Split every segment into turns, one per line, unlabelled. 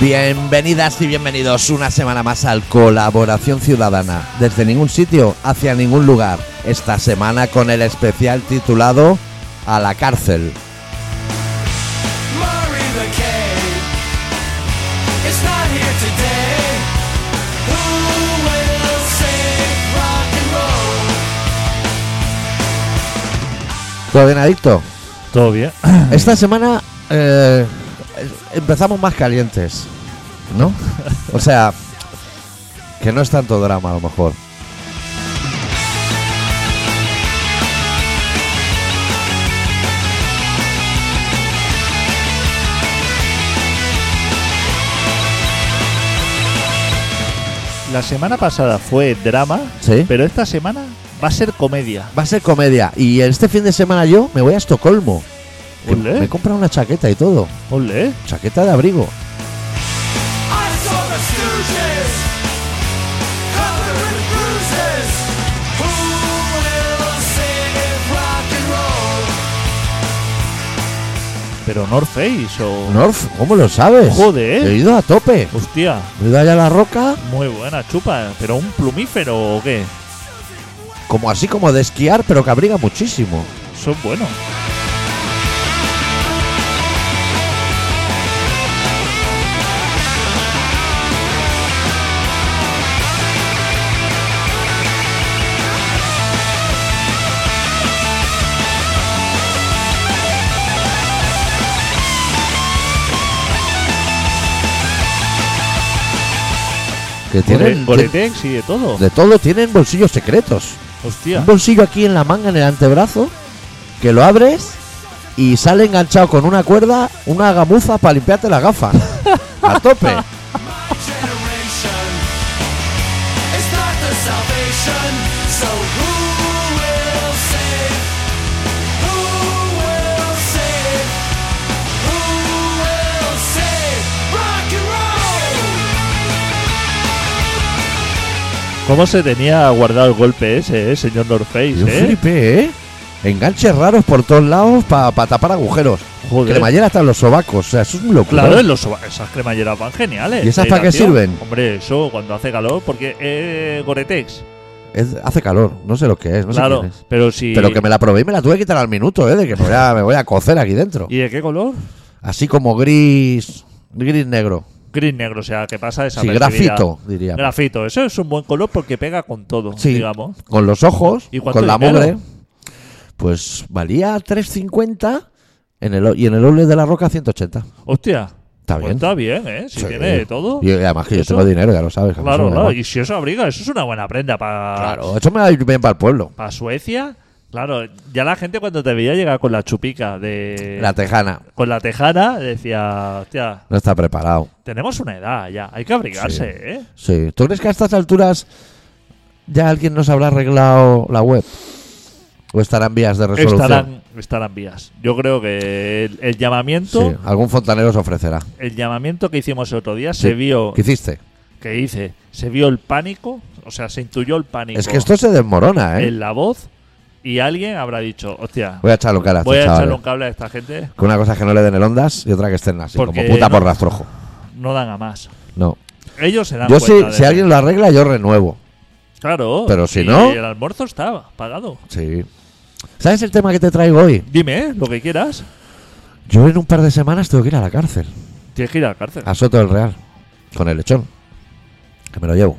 Bienvenidas y bienvenidos una semana más al Colaboración Ciudadana. Desde ningún sitio hacia ningún lugar. Esta semana con el especial titulado A la cárcel.
Murray the Cave It's not here today. Who will save rock and roll?
¿Todo bien, adicto?
Todo bien.
Esta semana eh, empezamos más calientes, ¿no? O sea, que no es tanto drama a lo mejor.
La semana pasada fue drama,
¿Sí?
pero esta semana va a ser comedia.
Va a ser comedia. Y este fin de semana yo me voy a Estocolmo. Y
Olé.
Me compra una chaqueta y todo.
Ole, ¿eh?
Chaqueta de abrigo.
I saw the Stooges covered in bruises. Who will save rock and roll?
Pero North Face o.
Norf, ¿cómo lo sabes?
Joder.
He ido a tope.
Hostia,
He ido allá a la roca,
muy buena chupa. ¿Pero un plumífero o qué?
como así como de esquiar, pero que abriga muchísimo.
Son buenos.
Que tienen de,
Gore- Goretex y de todo.
de todo, tienen bolsillos secretos.
Hostia.
Un bolsillo aquí en la manga, en el antebrazo, que lo abres y sale enganchado con una cuerda, una gamuza para limpiarte la gafa. a tope.
My generation is not the salvation. So who will save? Who will save? Who will save rock and roll?
¿Cómo se tenía guardado el golpe ese, eh, señor North Face,
Yo
eh?
flipé, ¿eh? Enganches raros por todos lados para tapar agujeros.
Joder.
Cremallera hasta en los sobacos. O sea, eso es un locura.
Claro, en los soba- esas cremalleras van geniales.
¿Y esas
eh,
para qué
tío.
sirven?
Hombre, eso cuando hace calor, porque eh, Goretex.
Es- hace calor. No sé lo que es. No sé
claro,
quién es.
pero si.
Pero que me la probé y me la tuve que quitar al minuto, ¿eh? De que me voy a, me voy a cocer aquí dentro.
¿Y de qué color?
Así como gris, gris negro.
Gris negro, o sea, que pasa esa
Sí, grafito, diría.
Grafito, eso es un buen color porque pega con todo,
Sí,
digamos.
con los ojos,
¿Y cuánto
con la
dinero?
mugre. Pues valía 3.50 en el, o- y en el Oble de la Roca 180.
Hostia.
Está
pues
bien.
está bien, ¿eh? Si
Sí.
tiene de todo.
Y además que yo
Eso.
tengo dinero, ya lo sabes. que no
claro,
soy
claro.
normal.
Y si eso abriga, eso es una buena prenda para
Claro, eso me va a ir bien para el pueblo.
para Suecia. Claro, ya la gente cuando te veía llegar con la chupica de.
La tejana
con la tejana, decía, hostia,
no está preparado.
tenemos una edad ya, hay que abrigarse, ¿eh?
Sí. ¿Tú crees que a estas alturas ya alguien nos habrá arreglado la web? ¿O estarán vías de resolución?
Estarán, estarán vías. Yo creo que el, el llamamiento
Sí, algún fontanero se ofrecerá.
el llamamiento que hicimos el otro día se
Sí.
vio
¿Qué hiciste?
que hice, se vio el pánico, o sea, se intuyó el pánico
Es que esto se desmorona, ¿eh?
en la voz y alguien habrá dicho, hostia,
Voy a echarle un cara a estos
voy a echarle
chavales.
un cable a esta gente,
eh. Que una cosa es que no le den el ondas y otra que estén así,
Porque
como puta
no-
por rastrojo.
no dan a más.
No.
Ellos se dan
Yo sí,
cuenta de
si
que-
alguien lo arregla, yo renuevo.
Claro,
pero si
y
no-
el almuerzo está pagado.
Sí. ¿Sabes el tema que te traigo hoy?
Dime ¿eh? lo que quieras.
Yo en un par de semanas tengo que ir a la cárcel,
Tienes que ir a la cárcel.
a Soto del Real, con el lechón, que me lo llevo.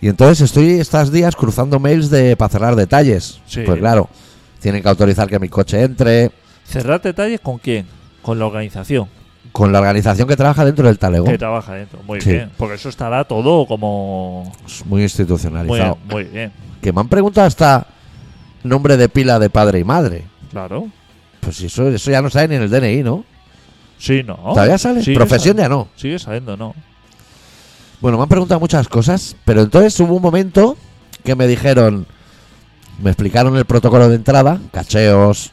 Y entonces estoy estos días cruzando mails de para cerrar detalles.
Sí.
Pues claro, tienen que autorizar que mi coche entre,
Cerrar detalles con quién? Con la organización
con la organización que trabaja dentro del talegón.
que trabaja dentro. Muy
Sí.
bien. Porque eso estará todo como.
Es Muy
Muy
institucionalizado.
bien, muy bien.
Que me han preguntado hasta nombre de pila de padre y madre.
Claro.
Pues eso, eso ya no sale ni en el DNI, ¿no?
Oh, Sí, no.
Todavía sale.
Sigue
Profesión
sal-
ya no.
Sigue saliendo, no.
Bueno, me han preguntado muchas cosas, pero entonces hubo un momento que me dijeron, me explicaron el protocolo de entrada, cacheos.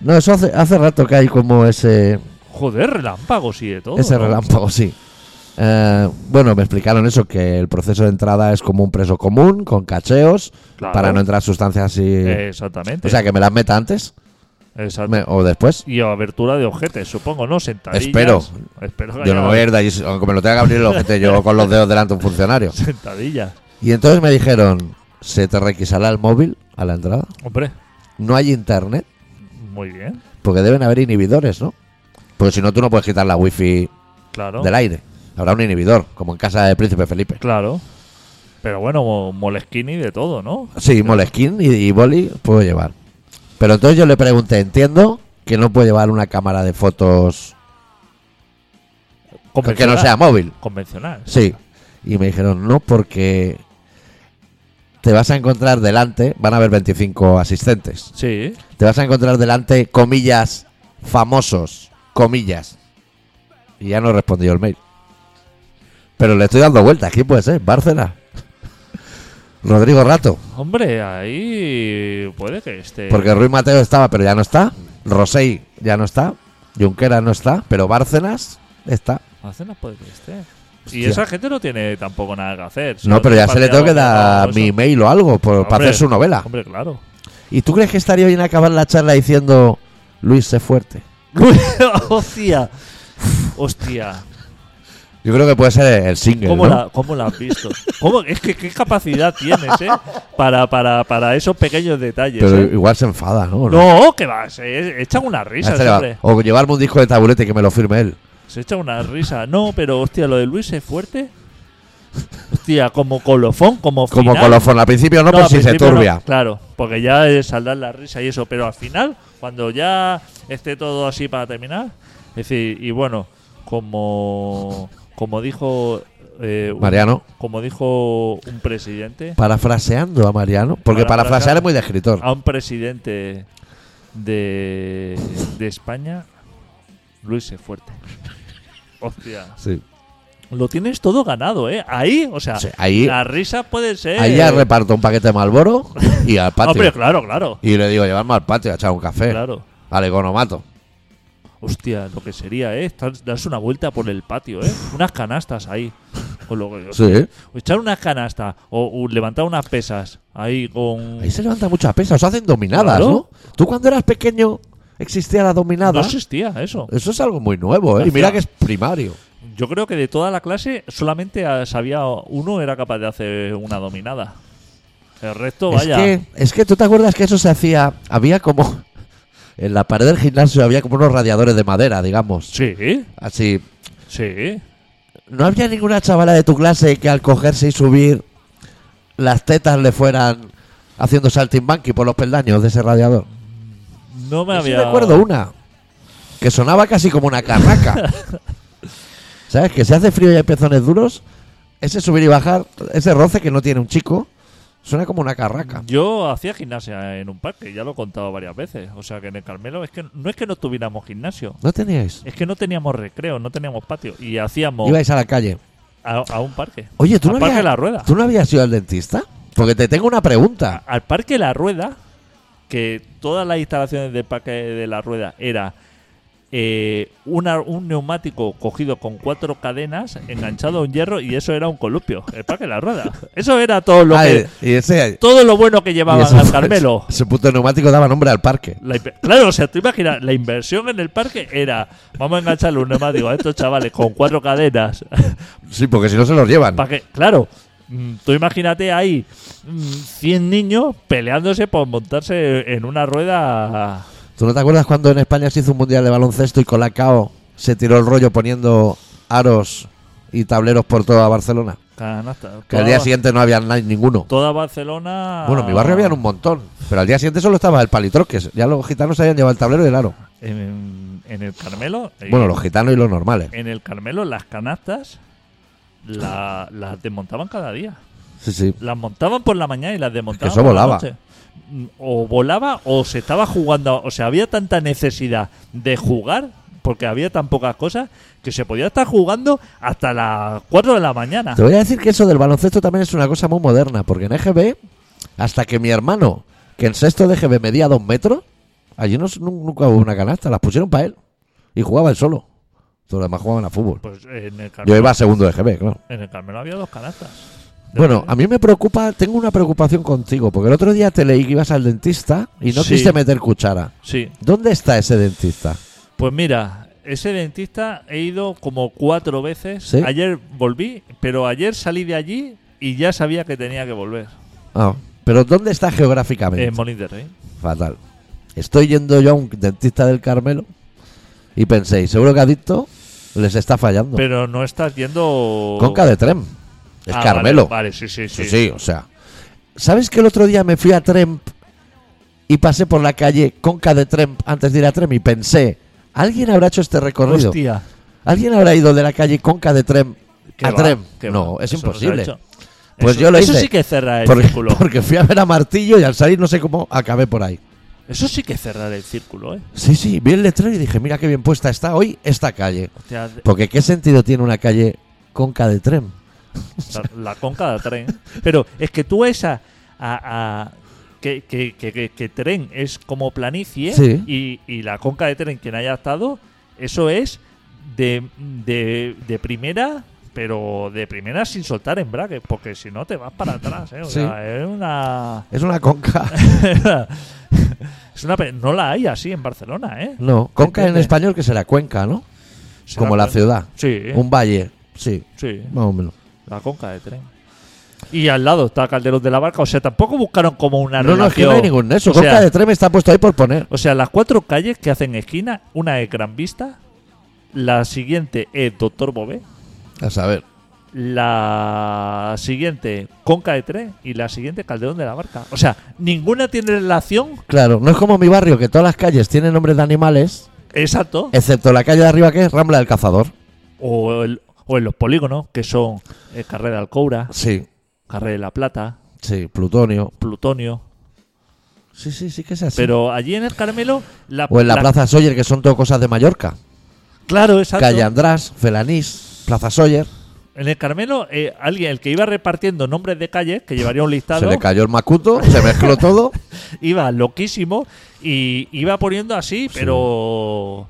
No, eso hace, hace rato que hay como ese,
Joder, relámpagos y de todo.
ese
¿no?
relámpago, sí. Eh, bueno, me explicaron eso, que el proceso de entrada es como un preso común, con cacheos,
Claro.
para no entrar sustancias y...
Eh, Exactamente.
o sea, que me las meta antes.
Exacto.
Me- o después.
Y abertura de ojetes, supongo, ¿no? Sentadillas.
Espero.
Espero que
Yo no me voy a
haya
ir de allí, aunque me lo tenga que abrir el ojete yo con los dedos delante de un funcionario.
sentadillas.
Y entonces me dijeron, se te requisará el móvil a la entrada,
Hombre,
no hay internet,
muy bien.
porque deben haber inhibidores, ¿no? Porque si no, tú no puedes quitar la wifi
Claro.
del aire. Habrá un inhibidor, como en casa del príncipe Felipe.
Claro. Pero bueno, mo- Moleskine y de todo, ¿no?
Sí, Moleskin y, y Boli puedo llevar. Pero entonces yo le pregunté, entiendo que no puedo llevar una cámara de fotos que no sea móvil.
Convencional.
Sí. Y me dijeron, no, porque te vas a encontrar delante, van a haber 25 asistentes,
Sí.
te vas a encontrar delante, comillas, famosos, comillas. Y ya no respondió el mail. Pero le estoy dando vueltas, ¿quién puede ser? Bárcena. Rodrigo Rato.
Hombre, ahí puede que esté.
Porque Ruiz Mateo estaba, pero ya no está. Rosell ya no está. Junquera no está. Pero Bárcenas está.
Bárcenas puede que esté. Y
Hostia.
esa gente no tiene tampoco nada que hacer.
No, pero ya se le tengo que dar mi
mi
email o algo por- para
Hombre.
hacer su novela.
Hombre, claro.
¿Y tú crees que estaría bien acabar la charla diciendo Luis, sé fuerte?
Hostia. Hostia.
Yo creo que puede ser el single.
¿Cómo,
¿no?
la, ¿Cómo la has visto? ¿Cómo? Es que qué capacidad tienes, ¿eh? Para, para, para esos pequeños detalles.
Pero
¿eh?
igual se enfada, ¿no?
No, que va, se echan una risa,
Ya se le va.
hombre.
O llevarme un disco de taburete que me lo firme él.
Se echa una risa. No, pero hostia, lo de Luis es fuerte. Hostia, como colofón, como final.
Como colofón. Al principio no,
No,
por
al
si se
principio no.
turbia.
claro, porque ya eh, es saldar la risa y eso. Pero al final, cuando ya esté todo así para terminar, es decir, y bueno, como, como dijo. eh, un-
Mariano.
Como dijo un presidente.
Parafraseando a Mariano. Porque
Parafraseando.
parafrasear es muy de escritor.
a un presidente de, de España, Luis es fuerte. Hostia.
Sí.
Lo tienes todo ganado, ¿eh? Ahí, o sea,
Sí, ahí-
la risa puede ser.
Ahí ya reparto un paquete de Malboro y al patio.
eh. Hombre, claro, claro.
Y eh, le digo, llevarme al patio a echar un café.
Claro.
Al economato.
Hostia, lo que sería, ¿eh? Estar- Darse una vuelta por el patio, ¿eh? Unas canastas ahí. O lo que-
Sí.
o echar unas canastas. O, o levantar unas pesas ahí con.
Ahí se levanta mucha pesa. Os hacen dominadas,
Claro.
¿no? Tú cuando eras pequeño existía la dominada.
No existía eso.
Eso es algo muy nuevo, ¿eh? Y
Hacía-
mira que es primario.
Yo creo que de toda la clase solamente ah, sabía uno era capaz de hacer una dominada. El resto,
Es
Oh, vaya.
que, es que tú te acuerdas que eso se hacía. Había como. En la pared del gimnasio había como unos radiadores de madera, digamos.
Sí,
Así.
sí.
No había ninguna chavala de tu clase que al cogerse y subir las tetas le fueran haciendo saltimbanqui por los peldaños de ese radiador.
No me
Yo sí
había.
recuerdo una que sonaba casi como una carraca. ¿Sabes? Que se hace frío y hay pezones duros. Ese subir y bajar, ese roce que no tiene un chico, suena como una carraca.
Yo hacía gimnasia en un parque, ya lo he contado varias veces. O sea que en el Carmelo es que no es que no tuviéramos gimnasio,
¿No teníais?
es que no teníamos recreo, no teníamos patio y hacíamos
Ibais a la calle.
a, a un parque.
Oye, ¿tú
al
no,
parque
habías,
La Rueda.
¿tú no habías ido al dentista? Porque te tengo una pregunta.
Al parque La Rueda, que todas las instalaciones del parque de La Rueda era eh, una- un neumático cogido con cuatro cadenas enganchado a un hierro y eso era un columpio. El parque de La Rueda. Eso era todo lo
Ah,
que,
y ese,
todo lo bueno que
y
llevaban
ese-
al Carmelo.
Ese puto neumático daba nombre al parque.
La inve- claro, o sea, tú imaginas, la inversión en el parque era, vamos a engancharle un neumático a estos chavales con cuatro cadenas.
Sí, porque si no se los llevan.
Para que, claro, mm, tú imagínate ahí mm, 100 niños peleándose por montarse en una rueda.
¿Tú no te acuerdas cuando en España se hizo un mundial de baloncesto y Colacao se tiró el rollo poniendo aros y tableros por toda Barcelona?
Canasta.
Que al día siguiente no había nadie ninguno.
Toda Barcelona.
Bueno, en mi barrio había un montón, pero al día siguiente solo estaba el palitroques. Ya los gitanos se habían llevado el tablero y el aro.
En, en el Carmelo. eh,
Bueno, los gitanos y los normales.
En el Carmelo, las canastas la- las desmontaban cada día.
Sí, sí.
Las montaban por la mañana y las desmontaban.
eso
por la
volaba.
noche. Mm, O volaba o se estaba jugando. a- O sea, había tanta necesidad de jugar, porque había tan pocas cosas, que se podía estar jugando hasta las 4 de la mañana.
Te voy a decir que eso del baloncesto también es una cosa muy moderna, porque en EGB, hasta que mi hermano, que en sexto de EGB medía dos metros, allí no, nu- nunca hubo una canasta, las pusieron para él. Y jugaba él solo. Todos los demás jugaban a fútbol.
Pues en el
Yo
Carmelo,
iba a segundo de EGB, claro.
en el Carmelo había dos canastas.
Bueno, a mí me preocupa, tengo una preocupación contigo, porque el otro día te leí que ibas al dentista y no
Sí.
quisiste meter cuchara.
Sí.
¿Dónde está ese dentista?
Pues mira, ese dentista he ido como cuatro veces.
¿Sí?
Ayer volví, pero ayer salí de allí y ya sabía que tenía que volver.
Ah, pero ¿dónde está geográficamente?
En Molins de Rey.
Fatal. Estoy yendo yo a un dentista del Carmelo y penséis, seguro que adicto les está fallando.
Pero no estás yendo.
Conca de Trem. Es
Ah, vale,
Carmelo.
Vale, sí, sí, sí.
Sí, sí, o sea. ¿Sabes que el otro día me fui a Tremp y pasé por la calle Conca de Tremp antes de ir a Tremp y pensé, ¿alguien habrá hecho este recorrido?
Hostia.
¿Alguien habrá ido de la calle Conca de Tremp
qué
a
va,
Tremp?
qué
No,
va,
es
eso no se ha
imposible.
hecho.
Pues
Eso-
yo lo
Eso
hice.
sí que cerra el
porque,
círculo.
porque fui a ver a Martillo y al salir no sé cómo acabé por ahí.
Eso sí que es cerrar el círculo, ¿eh?
Sí, sí, vi el letrero y dije, mira qué bien puesta está hoy esta calle.
Hostia, de-
Porque ¿qué sentido tiene una calle Conca de Tremp?
la, la conca de tren. Pero es que tú esa. A, a- que, que- que- que- que tren es como planicie
Sí.
y, y la conca de tren, quien haya estado, eso es de, de, de primera, pero de primera sin soltar embrague, porque si no te vas para atrás, ¿eh? O
Sí.
sea, es una.
Es una conca.
es una pe- no la hay así en Barcelona, ¿eh?
No, conca en
Entiende.
español que será Cuenca, ¿no?
Será
Como la
Cuenca.
ciudad.
Sí,
Un valle, sí,
sí,
más o menos.
la conca de tren. Y al lado está Calderón de la Barca, o sea, tampoco buscaron como una
No, no, es que
relación.
no hay ningún nexo.
O sea,
Conca de Trem está puesto ahí por poner.
o sea, las cuatro calles que hacen esquina, una es Gran Vista, la siguiente es Doctor Bové,
A saber.
la siguiente Conca de Tren y la siguiente Calderón de la Barca. O sea, ninguna tiene relación,
Claro, no es como mi barrio, que todas las calles tienen nombres de animales,
exacto,
excepto la calle de arriba que es Rambla del Cazador.
o, el- o en los polígonos, que son eh, Carrera del Coura,
Sí,
Carrera de la Plata,
sí, Plutonio.
Plutonio.
Sí, sí, sí que es así.
Pero allí en el Carmelo, la,
o en la,
la-
Plaza Sawyer, que son todo cosas de Mallorca.
Claro, exacto.
Calle András, Felanís, Plaza Sawyer.
En el Carmelo, eh, alguien, el que iba repartiendo nombres de calles, que llevaría un
Se
listado,
le cayó el macuto, se mezcló todo.
iba loquísimo y iba poniendo así, pero.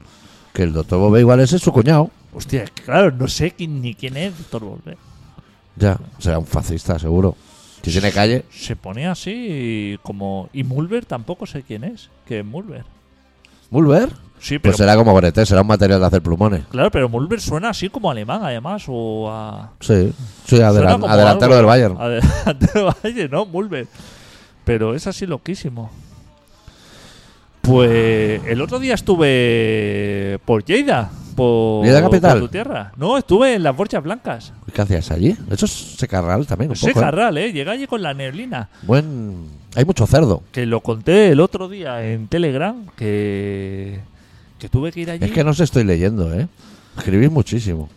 Que el doctor Bobé igual ese es su cuñado.
Hostia, es que claro, no sé quién- ni quién es Doctor Volve.
Ya, será un fascista, seguro. Si tiene calle,
Se ponía así como. Y Mulver tampoco sé quién es. Que es Mulver.
Mulver.
Sí, pero.
Pues será como Gorete, será un material de hacer plumones.
Claro, pero Mulver suena así como alemán, además, o a.
Sí, sí,
suena
adelan-
como
adelantero
algo-
del Bayern.
Adelantero del Bayern, ¿no? Mulver. Pero es así loquísimo. Pues el otro día estuve por Lleida. Por,
¿Lleida capital?
por tu tierra. No, estuve en las Borchas Blancas.
¿Qué hacías allí? Eso es secarral también, un
Ese
poco. ¿eh?
carral, ¿eh? Llegué allí con la neblina.
Buen... Hay mucho cerdo.
Que lo conté el otro día en Telegram. Que, que tuve que ir allí.
Es que no os estoy leyendo, ¿eh? Escribís muchísimo.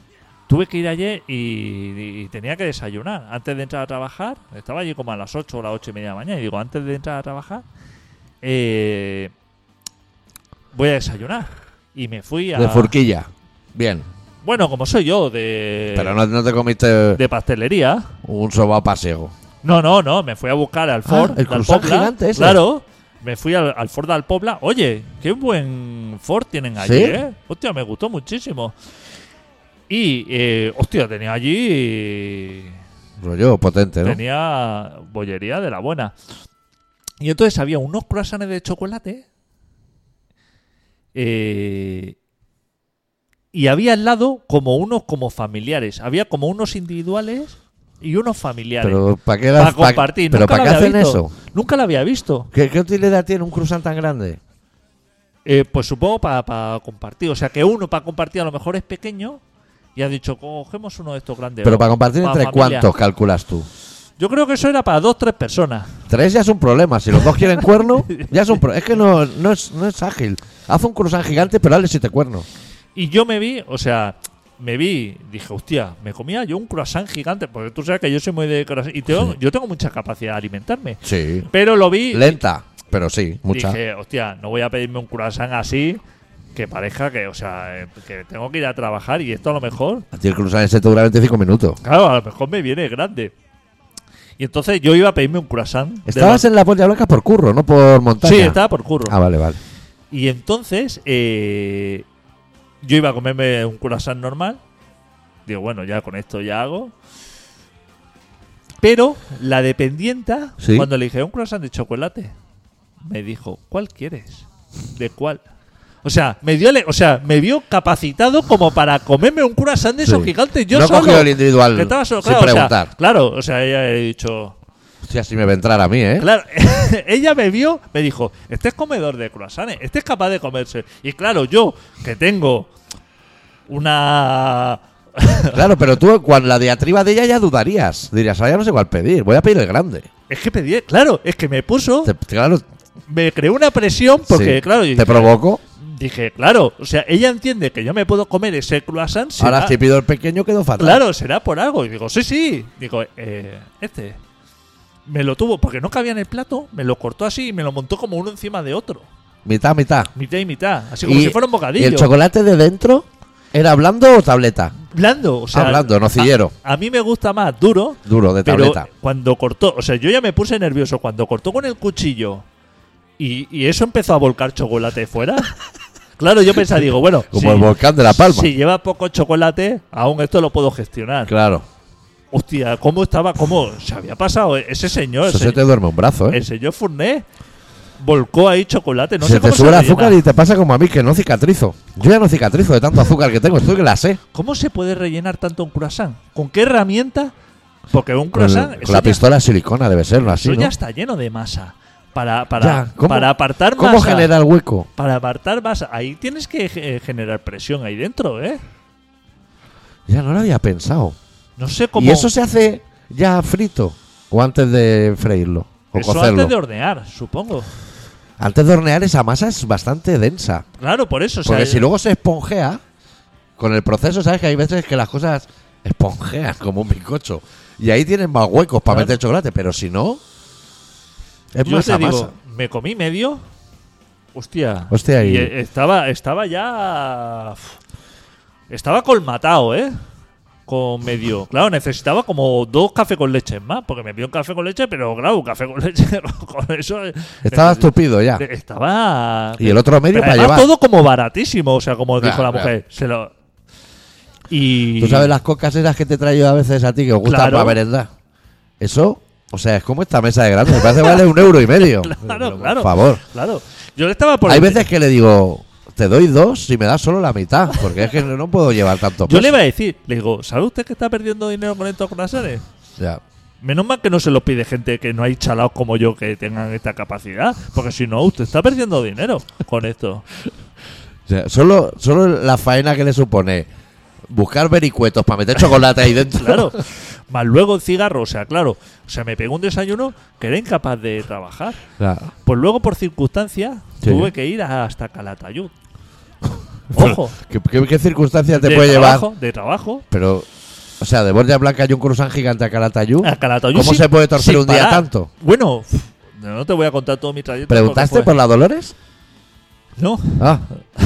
Tuve que ir ayer y, y tenía que desayunar. Antes de entrar a trabajar, estaba allí como a las 8 o las 8 y media de la mañana. Y digo, antes de entrar a trabajar, eh, voy a desayunar. Y me fui a.
De forquilla. Bien.
Bueno, como soy yo, de.
Pero no, no te comiste
De pastelería.
un sobao pasiego.
No, no, no. Me fui a buscar al Ford.
Ah, el
de
cruzón
Alpobla.
gigante ese.
Claro. Me fui al, al Ford de Alpobla. Oye, qué buen Ford tienen allí,
¿Sí?
¿eh? Hostia, me gustó muchísimo. Y, eh, hostia, tenía allí.
Rollo potente, ¿no?
Tenía bollería de la buena. Y entonces había unos croissants de chocolate. eh, y había al lado como unos como familiares. Había como unos individuales y unos familiares.
Pero ¿para qué,
para
las- pa-
compartir.
¿Pero
Nunca
para
lo
qué
había
hacen
visto.
eso?
Nunca la había visto.
¿Qué, ¿Qué utilidad tiene un cruzán tan grande?
Eh, pues supongo para compartir. O sea que uno para compartir a lo mejor es pequeño. Y ha dicho, cogemos uno de estos grandes.
Pero
o
para compartir
pa'
entre
familia".
cuántos calculas tú.
Yo creo que eso era para dos, tres personas.
Tres ya es un problema. Si los dos quieren cuerno, ya es un problema. Es que no, no, es, no es ágil. Haz un cruzán gigante, pero hazle siete cuernos.
Y yo me vi, o sea, me vi, dije, hostia, me comía yo un croissant gigante, porque tú sabes que yo soy muy de croissant y tengo- yo tengo mucha capacidad de alimentarme.
Sí.
Pero lo vi, y
Lenta, pero sí, mucha.
dije, hostia, no voy a pedirme un croissant así, que parezca que, o sea, eh, que tengo que ir a trabajar y esto a lo mejor,
A ti el cruzán ese te dura 25 minutos.
claro, a lo mejor me viene grande. Y entonces yo iba a pedirme un croissant. de
Estabas
los-
en la Puerta Blanca por curro, no por montaña.
Sí, estaba por curro.
Ah, vale, vale.
Y entonces eh, yo iba a comerme un croissant normal. Digo, bueno, ya con esto ya hago. Pero la dependienta,
Sí.
cuando le dije un croissant de chocolate, me dijo, ¿cuál quieres? ¿De cuál? O sea, me dio, le- o sea, me vio capacitado como para comerme un croissant de esos
Sí.
gigantes yo
No
solo.
cogió el individual,
Que estaba solo,
sin
claro, o sea,
preguntar.
claro, o sea, ella he dicho,
Hostia, si me va a entrar a mí, ¿eh?
Claro, ella me vio, me dijo, este es comedor de croissants, este es capaz de comerse. Y claro, yo, que tengo una...
Claro, pero tú cuando la diatriba de ella ya dudarías. Dirías, ahora ya no sé cuál pedir, voy a pedir el grande.
Es que pedí, claro, es que me puso,
Te- claro,
me creó una presión porque,
sí.
claro, y
te provoco.
dije, claro, o sea, ella entiende que yo me puedo comer ese croissant. será-
Ahora si pido el pequeño quedo fatal.
ah. Claro, será por algo. Y digo, sí, sí. Digo, eh, este. Me lo tuvo, porque no cabía en el plato, me lo cortó así y me lo montó como uno encima de otro.
Mitad, mitad.
Mitad y mitad. Así como si fuera
¿y
un bocadillo.
el chocolate de dentro era blando o tableta?
blando, o sea,
Ah, blando, nocillero.
A, a mí me gusta más duro,
Duro, de
pero
tableta.
cuando cortó, o sea, yo ya me puse nervioso cuando cortó con el cuchillo y, y eso empezó a volcar chocolate fuera. claro, yo pensaba, digo, bueno,
Como el volcán de La Palma.
Si lleva poco chocolate, aún esto lo puedo gestionar.
Claro.
Hostia, ¿cómo estaba? ¿Cómo se había pasado ese señor?
Eso
ese-
se te duerme un brazo, ¿eh?
El señor Fournet volcó ahí chocolate. No
se
sé
te
cómo
sube
se
el
rellena.
azúcar y te pasa como a mí, que no cicatrizo. Yo ya no cicatrizo de tanto azúcar que tengo, estoy que la sé.
¿Cómo se puede rellenar tanto un croissant? ¿Con qué herramienta? Porque un
Con, el-
croissant.
con
eso
la
ya-
pistola de silicona debe ser, ¿no? Así,
Eso
¿no?
ya está lleno de masa. Para, para,
Ya, ¿cómo-
para apartar
¿Cómo
masa.
genera el hueco?
Para apartar masa. Ahí tienes que eh, generar presión ahí dentro, ¿eh?
Ya no lo había pensado.
No sé cómo.
Y eso se hace ya frito o antes de freírlo o
eso
cocerlo.
antes de hornear, supongo.
Antes de hornear esa masa es bastante densa.
Claro, por eso. o sea,
Porque si luego se esponjea, con el proceso, sabes que hay veces que las cosas esponjean como un bizcocho. Y ahí tienen más huecos para
Claro.
meter chocolate, pero si no, es
yo
más masa.
te digo, me comí medio. Hostia.
Hostia, y-
y eh, estaba, estaba ya. uf, Estaba colmatado, ¿eh? Con medio. Claro, necesitaba como dos cafés con leche más, porque me pidió un café con leche, pero claro, un café con leche con eso. eh,
Estaba
necesitaba-
estupido ya.
Eh, Estaba.
Ah.
eh,
Y el otro medio
Pero
para
además
llevar.
todo como baratísimo, o sea, como
Claro,
dijo la
claro.
mujer. Se lo. Y.
Tú sabes las cocas esas que te traigo yo a veces a ti que os gustan
Claro.
para merendar. Eso, o sea, es como esta mesa de grande. Me parece que vale un euro y medio.
Claro,
Pero, por
claro.
favor.
Claro. Yo estaba por
Hay
el-
veces que le digo, te doy dos si me das solo la mitad, porque es que no puedo llevar tanto
Yo le
peso.
iba a decir, le digo, ¿sabe usted que está perdiendo dinero con estos croissants?
Ya.
Menos mal que no se los pide gente que no hay chalaos como yo que tengan esta capacidad, porque si no, usted está perdiendo dinero con esto.
O sea, solo, solo la faena que le supone buscar vericuetos para meter chocolate ahí dentro.
Claro. Más luego el cigarro, o sea, claro. O sea, me pegó un desayuno que era incapaz de trabajar.
Claro.
Pues luego, por circunstancias,
Sí.
tuve que ir hasta Calatayud. Ojo.
¿Qué, qué, qué circunstancias te
de
puede
trabajo,
llevar?
De trabajo.
Pero, o sea, de Borja Blanca hay un cruzán gigante a Calatayud.
A Calatayud
¿Cómo
sin-
se puede torcer
sin
un día
parar.
tanto?
Bueno, pff, no te voy a contar todo mi trayecto. porque
¿Preguntaste
fue-
por la Dolores?
No,
Ah,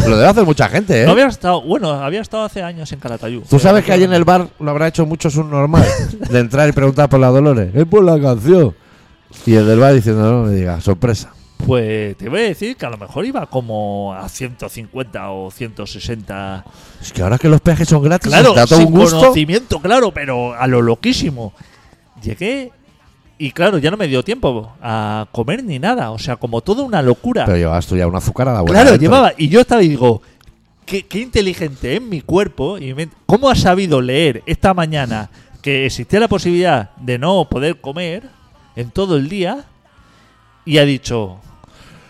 lo debe hacer mucha gente, ¿eh?
no había estado. Bueno, había estado hace años en Calatayud.
Tú sabes que ahí en el bar lo habrá hecho mucho normal de entrar y preguntar por la Dolores. Es por la canción. Y el del bar diciendo, no me diga, sorpresa.
Pues te voy a decir que a lo mejor iba como a 150 o 160.
Es que ahora que los peajes son gratis,
Claro,
está todo
sin
un gusto.
conocimiento, claro, pero a lo loquísimo. Llegué y claro, ya no me dio tiempo a comer ni nada. O sea, como toda una locura.
Pero llevabas tú ya una azucarada buena.
claro,
dentro.
llevaba. Y yo estaba y digo, qué, qué inteligente es mi cuerpo. Y me- ¿Cómo ha sabido leer esta mañana que existía la posibilidad de no poder comer en todo el día? Y ha dicho,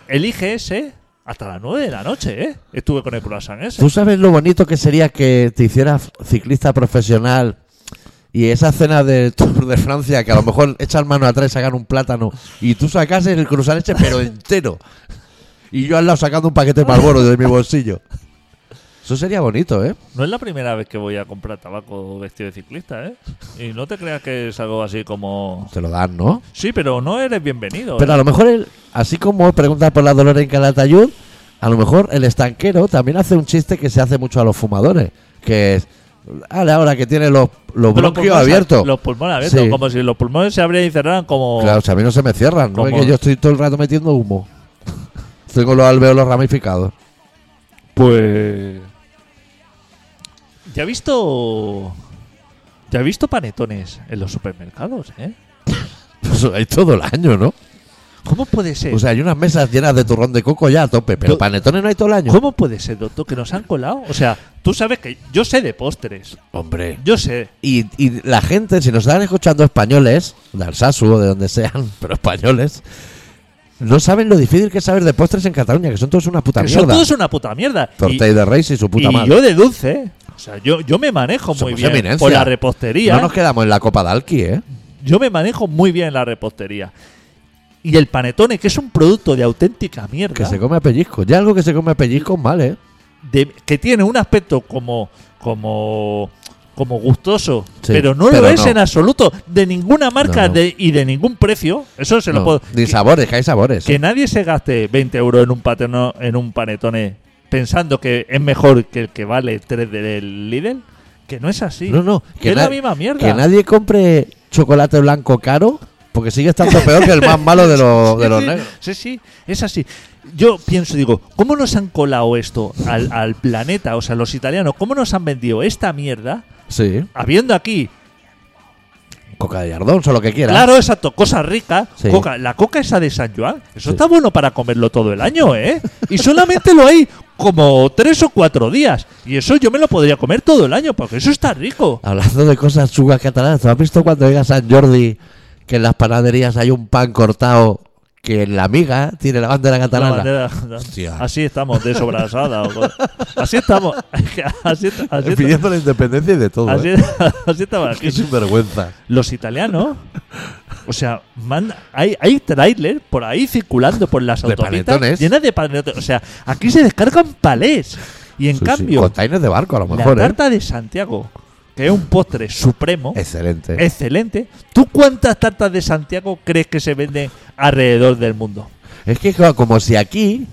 elige ese hasta las 9 de la noche, ¿eh? Estuve con el croissant ese.
¿Tú sabes lo bonito que sería que te hicieras ciclista profesional y esa cena del Tour de Francia que a lo mejor echan mano atrás y sacan un plátano y tú sacases el cruzar este pero entero y yo al lado sacando un paquete de Marlboro de mi bolsillo? Eso sería bonito, ¿eh?
No es la primera vez que voy a comprar tabaco vestido de ciclista, ¿eh? Y no te creas que es algo así como...
Te lo dan, ¿no?
Sí, pero no eres bienvenido. ¿eh?
Pero a lo mejor, el- así como preguntas por la Dolores en Calatayud, a lo mejor el estanquero también hace un chiste que se hace mucho a los fumadores, que es, "Ale, ahora que tiene los, los
Pero
bronquios
pulmones-
abiertos.
Los pulmones abiertos,
Sí.
como si los pulmones se abrieran y cerraran como...
Claro, si a mí no se me cierran, ¿no? Es
Como-
que yo estoy todo el rato metiendo humo. Estoy con los alveolos ramificados.
Pues. ¿Ya ha visto. Ya ha visto panetones en los supermercados, ¿eh?
eso Pues hay todo el año, ¿no?
¿Cómo puede ser?
O sea, hay unas mesas llenas de turrón de coco ya a tope, pero
Do-
panetones no hay todo el año.
¿Cómo puede ser, doctor, que nos han colado? O sea, tú sabes que yo sé de postres.
Hombre.
Yo sé.
Y, y la gente, si nos están escuchando españoles, de Alsasu o de donde sean, pero españoles, no saben lo difícil que es saber de postres en Cataluña, que son todos una puta
que Eso
mierda.
todo es una puta mierda. Y-
Tortell de Reis y su puta
y
madre.
yo de dulce, ¿eh? o sea, yo, yo me manejo muy
Somos
bien
eminencia.
por la repostería.
No nos quedamos en la copa de Alki, ¿eh?
Yo me manejo muy bien en la repostería. Y el panetone, que es un producto de auténtica mierda,
Que se come a pellizco. Ya algo que se come a pellizco es mal, ¿eh?
de- que tiene un aspecto como como como gustoso,
Sí,
pero no lo
pero
es
no.
en absoluto de ninguna marca
No, no.
de- y de ningún precio. Eso se lo
No,
puedo.
Ni
que-
sabores, que hay sabores.
Que nadie se gaste 20 euros en un, pateno- en un panetone pensando que es mejor que el que vale 3 del Lidl. Que no es así.
No, no.
Que es la
na-
misma mierda.
Que nadie compre chocolate blanco caro porque sigue estando peor que el más malo de, los- de los
sí,
negros.
Sí, sí, es así. Yo pienso, digo, ¿cómo nos han colado esto al, al planeta? O sea, los italianos, ¿cómo nos han vendido esta mierda?
Sí.
Habiendo aquí,
Coca de yardón o lo que quieras.
claro, exacto, cosas ricas.
Sí.
Coca, la coca esa de San Juan, eso
Sí.
está bueno para comerlo todo el año, ¿eh? Y solamente lo hay como tres o cuatro días. Y eso yo me lo podría comer todo el año, porque eso está rico.
Hablando de cosas chugas catalanas, ¿tú has visto cuando llega San Jordi que en las panaderías hay un pan cortado que en la miga tiene la bandera
La
catalana?
bandera-
Hostia.
así estamos, de sobrasada. o co- así estamos. Así, así,
Pidiendo la independencia y de todo.
así,
¿eh?
así estamos aquí.
Qué sinvergüenza.
los italianos. O sea, manda- hay, hay trailers por ahí circulando por las
De
autopistas
panetones.
llenas de panetones. O sea, aquí se descargan palés. Y en
Sí, sí,
cambio,
Containers de barco, a lo
la
mejor, ¿eh?
tarta de Santiago, que es un postre supremo,
Excelente.
excelente. ¿Tú cuántas tartas de Santiago crees que se venden alrededor del mundo?
Es que claro, como si aquí.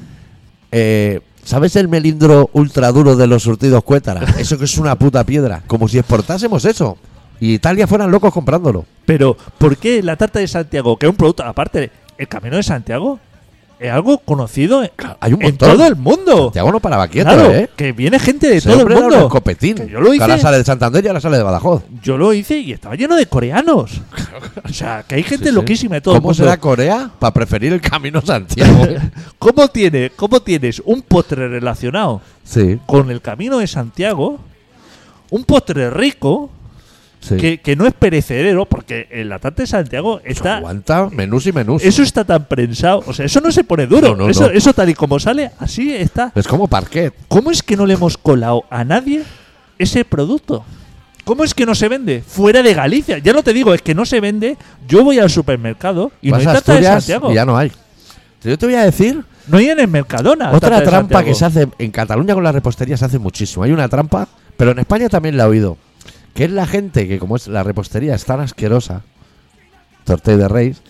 eh, ¿Sabes el melindro ultra duro de los surtidos cuétara? Eso que es una puta piedra. Como si exportásemos eso. Y Italia fueran locos comprándolo.
Pero, ¿por qué la tarta de Santiago, que es un producto, aparte, el camino de Santiago, es algo conocido en,
hay un
en
montón.
todo el mundo?
Santiago no paraba quieto,
Oh. Claro,
¿eh?
que viene gente de
Ese
todo el
hombre era
mundo.
un escopetín.
Que yo lo
Que Ahora
hice.
sale de Santander y ahora sale de Badajoz.
Yo lo hice y estaba lleno de coreanos. O sea, que hay gente loquísima de todo el
¿Cómo
mundo.
será Corea para preferir el camino Santiago?
¿Cómo, tiene, ¿Cómo tienes un postre relacionado
sí,
con el camino de Santiago? Un postre rico
sí.
que, que no es perecedero, porque el atante de Santiago está.
Aguanta menús y menús.
Eso está tan prensado. O sea, eso no se pone duro.
No, no,
eso,
no.
eso tal y como sale, así está.
Es como parquet.
¿Cómo es que no le hemos colado a nadie ese producto? ¿Cómo es que no se vende fuera de Galicia? Ya no te digo, es que no se vende. Yo voy al supermercado y no hay
Vas a
tarta de
Asturias
Santiago.
y ya no hay. Yo te voy a decir
No hay en el Mercadona. tarta
Otra
de
trampa que se
Santiago.
hace en Cataluña con la repostería se hace muchísimo. Hay una trampa, pero en España también la he oído. Que es la gente que, como es la repostería es tan asquerosa, Tortell de Reis,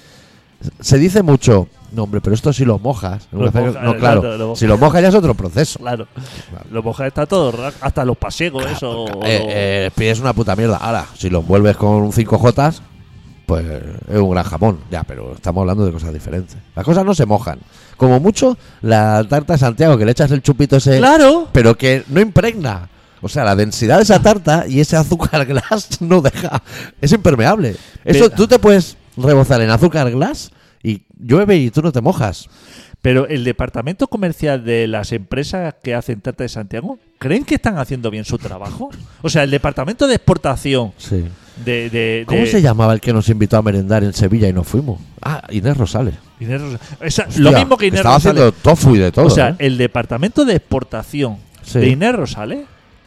se dice mucho, no, hombre, pero esto si lo mojas. en
Lo
una fe-
mojas,
no,
exacto,
claro,
lo mojas.
si lo mojas ya es otro proceso.
Claro. Los mojas está todo, ra- hasta los pasegos, eso. o-
Eh, eh, pides una puta mierda. Ahora, si lo envuelves con un 5J, pues es un gran jamón. Ya, pero estamos hablando de cosas diferentes. Las cosas no se mojan. Como mucho, la tarta de Santiago, que le echas el chupito ese.
Claro.
pero que no impregna. O sea, la densidad de esa tarta y ese azúcar glass no deja. Es impermeable. Eso
Pero-
tú te puedes rebozar en azúcar glass y llueve y tú no te mojas.
Pero el departamento comercial de las empresas que hacen tarta de Santiago, ¿creen que están haciendo bien su trabajo? O sea, el departamento de exportación
Sí.
de. de-
¿Cómo
de-
se llamaba el que nos invitó a merendar en Sevilla y nos fuimos? Ah, Inés Rosales.
Inés Rosa- Esa- lo
Hostia,
mismo que Inés
Estaba
Rosales.
haciendo tofu y de todo.
O sea,
¿eh?
el departamento de exportación
Sí.
de Inés Rosales,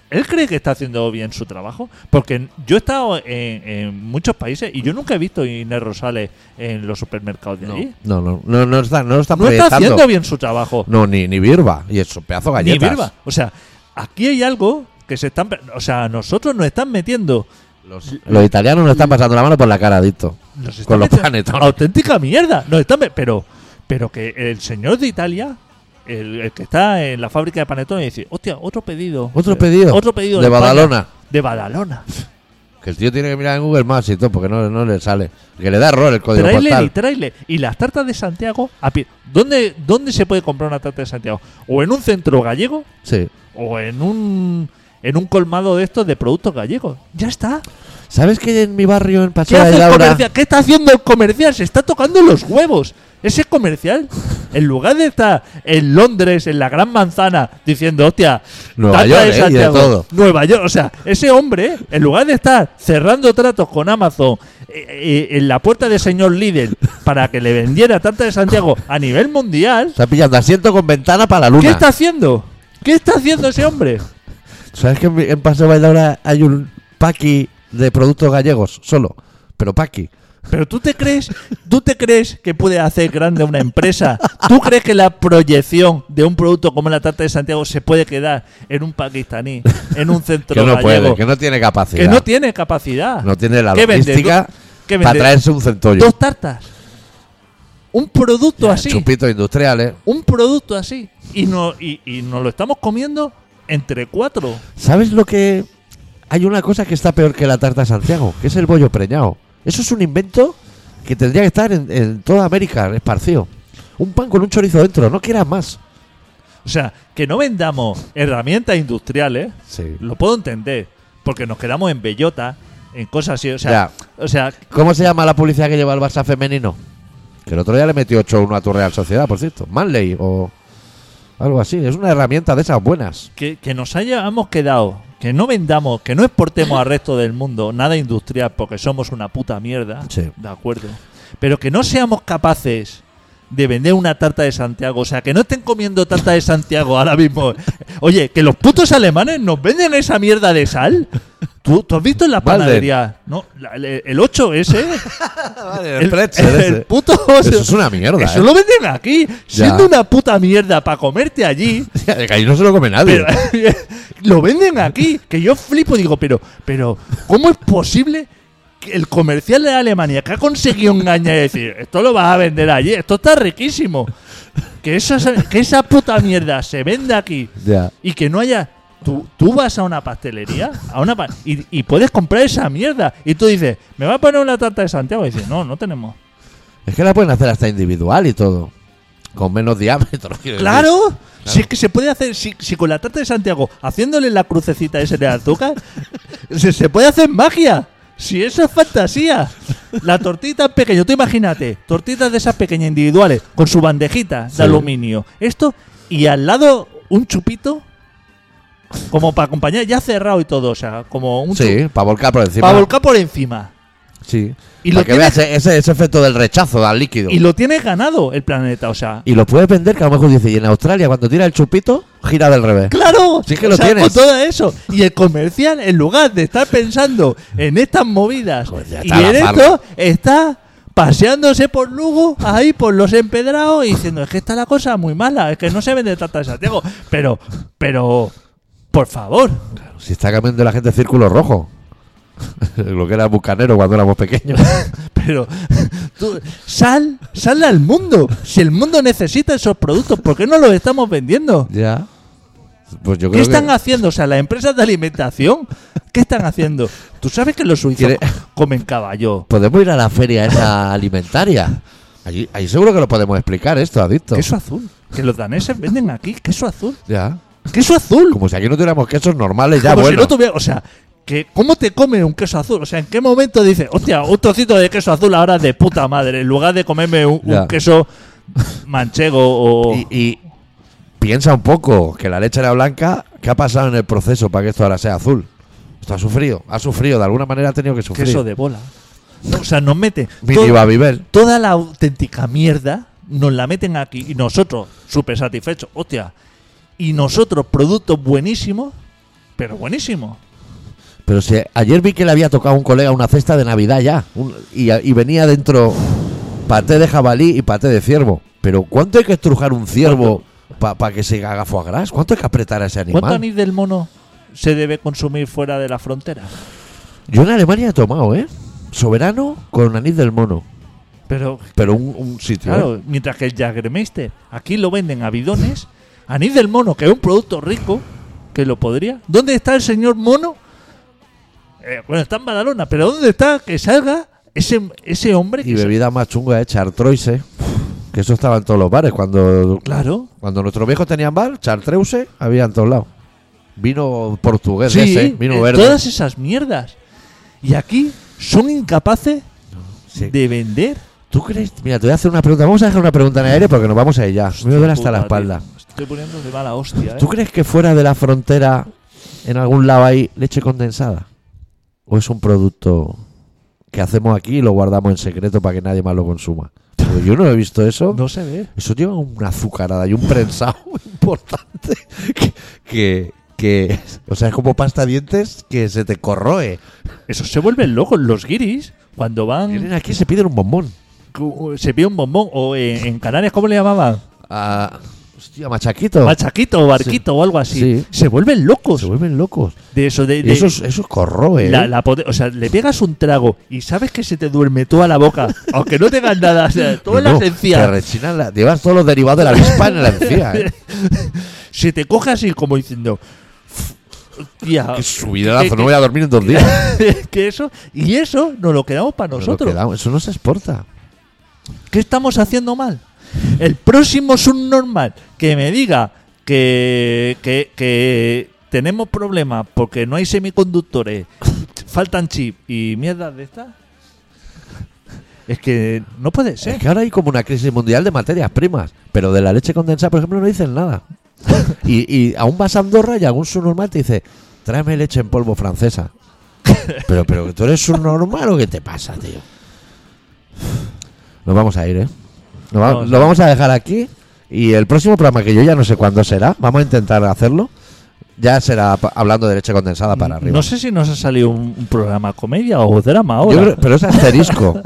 él cree que está haciendo bien su trabajo. Porque yo he estado en, en muchos países y yo nunca he visto a Inés Rosales en los supermercados de allí.
No, no, no, no está, no lo están
No está
proyectando.
haciendo bien su trabajo.
No, ni, ni Birba. Y eso, pedazo de
ni
galletas.
Birba. O sea, aquí hay algo que se están. O sea, nosotros nos están metiendo.
Los, los italianos nos están pasando la mano por la cara, Dicto.
Nos están
Con los
metiendo
panetones.
Auténtica mierda. Nos están me- pero, pero que el señor de Italia. El, el que está en la fábrica de panetones dice, hostia, otro pedido.
Otro
Eh,
pedido.
Otro pedido.
De
España".
Badalona.
De Badalona.
Que el tío tiene que mirar en Google Maps y todo, porque no, no le sale. Que le da error el código
Trailer y
postal.
trailer. Y las tartas de Santiago a pie. ¿Dónde, ¿Dónde se puede comprar una tarta de Santiago? ¿O en un centro gallego?
Sí.
¿O en un, en un colmado de estos de productos gallegos? Ya está.
¿Sabes que en mi barrio, en
¿Qué,
Pachada
hace
de
el
Laura?
comercial? ¿Qué está haciendo el comercial? Se está tocando los huevos. Ese comercial, en lugar de estar en Londres, en la gran manzana, diciendo, hostia,
Nueva
tanta
York,
de
eh, y de
Santiago,
todo.
Nueva York, o sea, ese hombre, en lugar de estar cerrando tratos con Amazon eh, eh, en la puerta de señor Lidl para que le vendiera tanta de Santiago a nivel mundial,
Está pillando asiento con ventana para la luna.
¿qué está haciendo? ¿Qué está haciendo ese hombre?
¿Sabes que en, mi- en Paseo de Laura hay un paqui de productos gallegos? Solo. Pero paqui.
Pero tú te crees, tú te crees que puede hacer grande una empresa. ¿Tú crees que la proyección de un producto como la tarta de Santiago se puede quedar en un pakistaní, en un centro
Que no
gallego,
puede, que no tiene capacidad.
que no tiene capacidad?
No tiene la
¿Qué vende?
logística
¿Tú- qué
para
vende?
traerse un centollo.
dos tartas. Un producto así,
Chupitos industriales.
un producto así y no y, y nos lo estamos comiendo entre cuatro.
¿Sabes lo que.? Hay una cosa que está peor que la tarta Santiago, que es el bollo preñado. Eso es un invento que tendría que estar en, en toda América esparcido. Un pan con un chorizo dentro, no quieras más.
O sea, que no vendamos herramientas industriales
Sí.
Lo puedo entender, porque nos quedamos en bellota, en cosas así. O sea,
Ya.
o sea
¿Cómo se llama la publicidad que lleva el Barça femenino? Que el otro día le metió 8-1 a tu Real Sociedad, por cierto. Manley o algo así. Es una herramienta de esas buenas.
que, que nos hayamos quedado, que no vendamos, que no exportemos al resto del mundo nada industrial, porque somos una puta mierda.
Sí.
De acuerdo. Pero que no seamos capaces de vender una tarta de Santiago. O sea, que no estén comiendo tarta de Santiago ahora mismo. Oye, que los putos alemanes nos venden esa mierda de sal. ¿Tú, tú has visto en la
Walden.
panadería? No, la- el, 8 ese.
Ah, Vale,
El, el puto.
Eso es una mierda.
Eso
¿eh?
lo venden aquí, siendo una puta mierda para comerte allí.
Que ahí no se lo come nadie.
Pero, lo venden aquí, que yo flipo digo, pero, pero, ¿cómo es posible que el comercial de Alemania que ha conseguido engañar y decir, esto lo vas a vender allí, esto está riquísimo? Que esa, que esa puta mierda se venda aquí
Ya.
y que no haya. Tú, tú vas a una pastelería a una pa- y, y puedes comprar esa mierda. Y tú dices, ¿me va a poner una tarta de Santiago? Y dices, no, no tenemos.
Es que la pueden hacer hasta individual y todo. Con menos diámetro. quiero decir.
¡Claro! Si es que se puede hacer, si, si con la tarta de Santiago, haciéndole la crucecita ese de azúcar, se, se puede hacer magia. Si eso es fantasía. La tortita en pequeño, tú imagínate, tortitas de esas pequeñas individuales, con su bandejita de
Sí.
aluminio. Esto, y al lado un chupito, como para acompañar, ya cerrado y todo, o sea, como un chup-
Sí, para volcar por encima.
para volcar por encima.
Sí.
Y
para
lo
que
tiene-
veas ese, ese efecto del rechazo al líquido.
Y lo tienes ganado el planeta, o sea.
Y lo puedes vender, que a lo mejor dice, y en Australia cuando tira el chupito, gira del revés.
Claro,
Sí que lo
o sea,
tienes.
con todo eso. Y el comercial, en lugar de estar pensando en estas movidas
Pues ya
y
está
en
la
esto, está paseándose por Lugo, ahí por los empedrados, y diciendo, es que está la cosa muy mala, es que no se vende tanta de Santiago. Pero, pero, por favor.
Si está cambiando la gente círculo rojo. lo que era bucanero cuando éramos pequeños.
Pero tú, sal, sal al mundo. Si el mundo necesita esos productos, ¿por qué no los estamos vendiendo?
ya. Pues yo
¿Qué
creo
están
que
haciendo? O sea, las empresas de alimentación, ¿qué están haciendo? Tú sabes que los suizos
Quiere-
comen caballo.
podemos ir a la feria esa alimentaria. Allí, ahí seguro que lo podemos explicar esto, adicto.
Queso azul. Que los daneses venden aquí queso azul.
Ya.
Queso azul.
Como si aquí no tuviéramos quesos normales ya,
Como si
bueno.
no tuviera- o sea, que ¿cómo te come un queso azul? O sea, ¿en qué momento dices, hostia, un trocito de queso azul ahora de puta madre, en lugar de comerme un, un
Ya.
queso manchego o...
Y, y piensa un poco que la leche era blanca. ¿Qué ha pasado en el proceso para que esto ahora sea azul? Esto ha sufrido, ha sufrido, de alguna manera ha tenido que sufrir.
queso de bola. O sea, nos mete...
Mini
todo-
Babibel.
toda la auténtica mierda nos la meten aquí y nosotros súper satisfechos, hostia. Y nosotros productos buenísimos, pero buenísimos.
Pero si ayer vi que le había tocado a un colega una cesta de Navidad ya. un- y, y venía dentro paté de jabalí y paté de ciervo. Pero ¿cuánto hay que estrujar un ciervo para que se haga foie gras? ¿Cuánto hay que apretar a ese
¿Cuánto
animal?
anís del mono se debe consumir fuera de la frontera?
Yo en Alemania he tomado, ¿eh? Soberano con anís del mono.
Pero
Pero un, un sitio. ¿eh?
claro, mientras que el Jagermeister aquí lo venden a bidones, anís del mono, que es un producto rico, que lo podría. ¿Dónde está el señor mono? Eh, bueno, está en Badalona, pero ¿dónde está que salga ese, ese hombre
Y
que se-
bebida más chunga es chartreuse. Que eso estaba en todos los bares. Cuando,
Claro,
cuando nuestros viejos tenían bar, chartreuse había en todos lados. Vino portugués,
Sí,
ese, vino
eh,
verde.
todas esas mierdas. Y aquí son incapaces
Sí.
de vender.
¿Tú crees? Mira, te voy a hacer una pregunta. Vamos a dejar una pregunta en el aire porque nos vamos a ella. Me duele hasta la
Puta, tío,
espalda.
me Estoy poniendo de mala hostia, ¿eh?
¿Tú crees que fuera de la frontera, en algún lado hay leche condensada? ¿O es un producto que hacemos aquí y lo guardamos en secreto para que nadie más lo consuma? Porque yo no he visto eso.
No se ve.
Eso lleva una azucarada y un prensado importante que, que, que- O sea, es como pasta dientes que se te corroe.
Eso se vuelven locos los guiris cuando van.
Vienen aquí y se piden un bombón.
cu- Se pide un bombón. O en, en Canarias, ¿cómo le llamaban?
Ah, hostia, machaquito.
Machaquito o barquito o algo así.
Sí.
Se vuelven locos
se vuelven locos.
de eso. De,
Y
de-
eso, es- eso es corroe.
la-
¿eh?
la pote- o sea, le pegas un trago y sabes que se te duerme toda la boca, aunque no tengas nada. O sea, toda la
No, Te
esencia.
rechinas la- llevas todos los derivados de la avispa en la encía. ¿eh?
Se te coge así como diciendo. Hostia,
Qué subida
que-
no voy a dormir en dos días.
que eso. Y eso nos lo quedamos para
Pero
nosotros.
quedamos- eso no se exporta.
¿Qué estamos haciendo mal? El próximo subnormal que me diga que, que, que tenemos problemas porque no hay semiconductores, faltan chips y mierdas de estas. Es que no puede
Es
ser.
que ahora hay como una crisis mundial de materias primas. Pero de la leche condensada, por ejemplo, no dicen nada. y, y aún vas a Andorra y algún subnormal te dice: tráeme leche en polvo francesa. pero, pero, ¿tú eres subnormal o qué te pasa, tío? Nos vamos a ir, ¿eh? Nos va-
Vamos a
lo vamos a dejar aquí. Y el próximo programa, que yo ya no sé cuándo será, vamos a intentar hacerlo. Ya será pa- hablando de leche condensada para arriba.
No sé si nos ha salido un, un programa comedia o drama
Yo
ahora.
creo- pero es asterisco.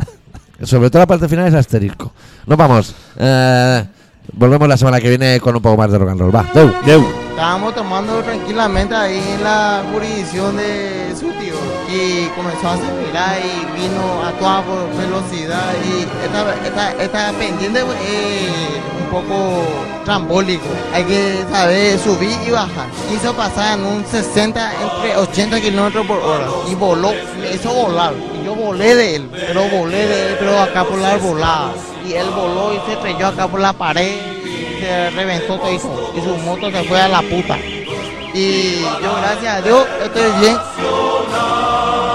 Sobre todo la parte final es asterisco. Nos vamos. Eh, volvemos la semana que viene con un poco más de rock and roll. Va, deu.
Deu.
Estábamos tomando tranquilamente ahí en la jurisdicción de su tío y comenzó a acelerar y vino a toda vo- velocidad y esta, esta, esta pendiente es un poco trambólico. Hay que saber subir y bajar. Quiso pasar en un 60 entre 80 kilómetros por hora y voló, me hizo volar. Y yo volé de él, pero volé de él, pero acá por la volada. Y él voló y se estrelló acá por la pared se reventó todo eso, y su moto se fue a la puta. Y yo, gracias a Dios, estoy bien.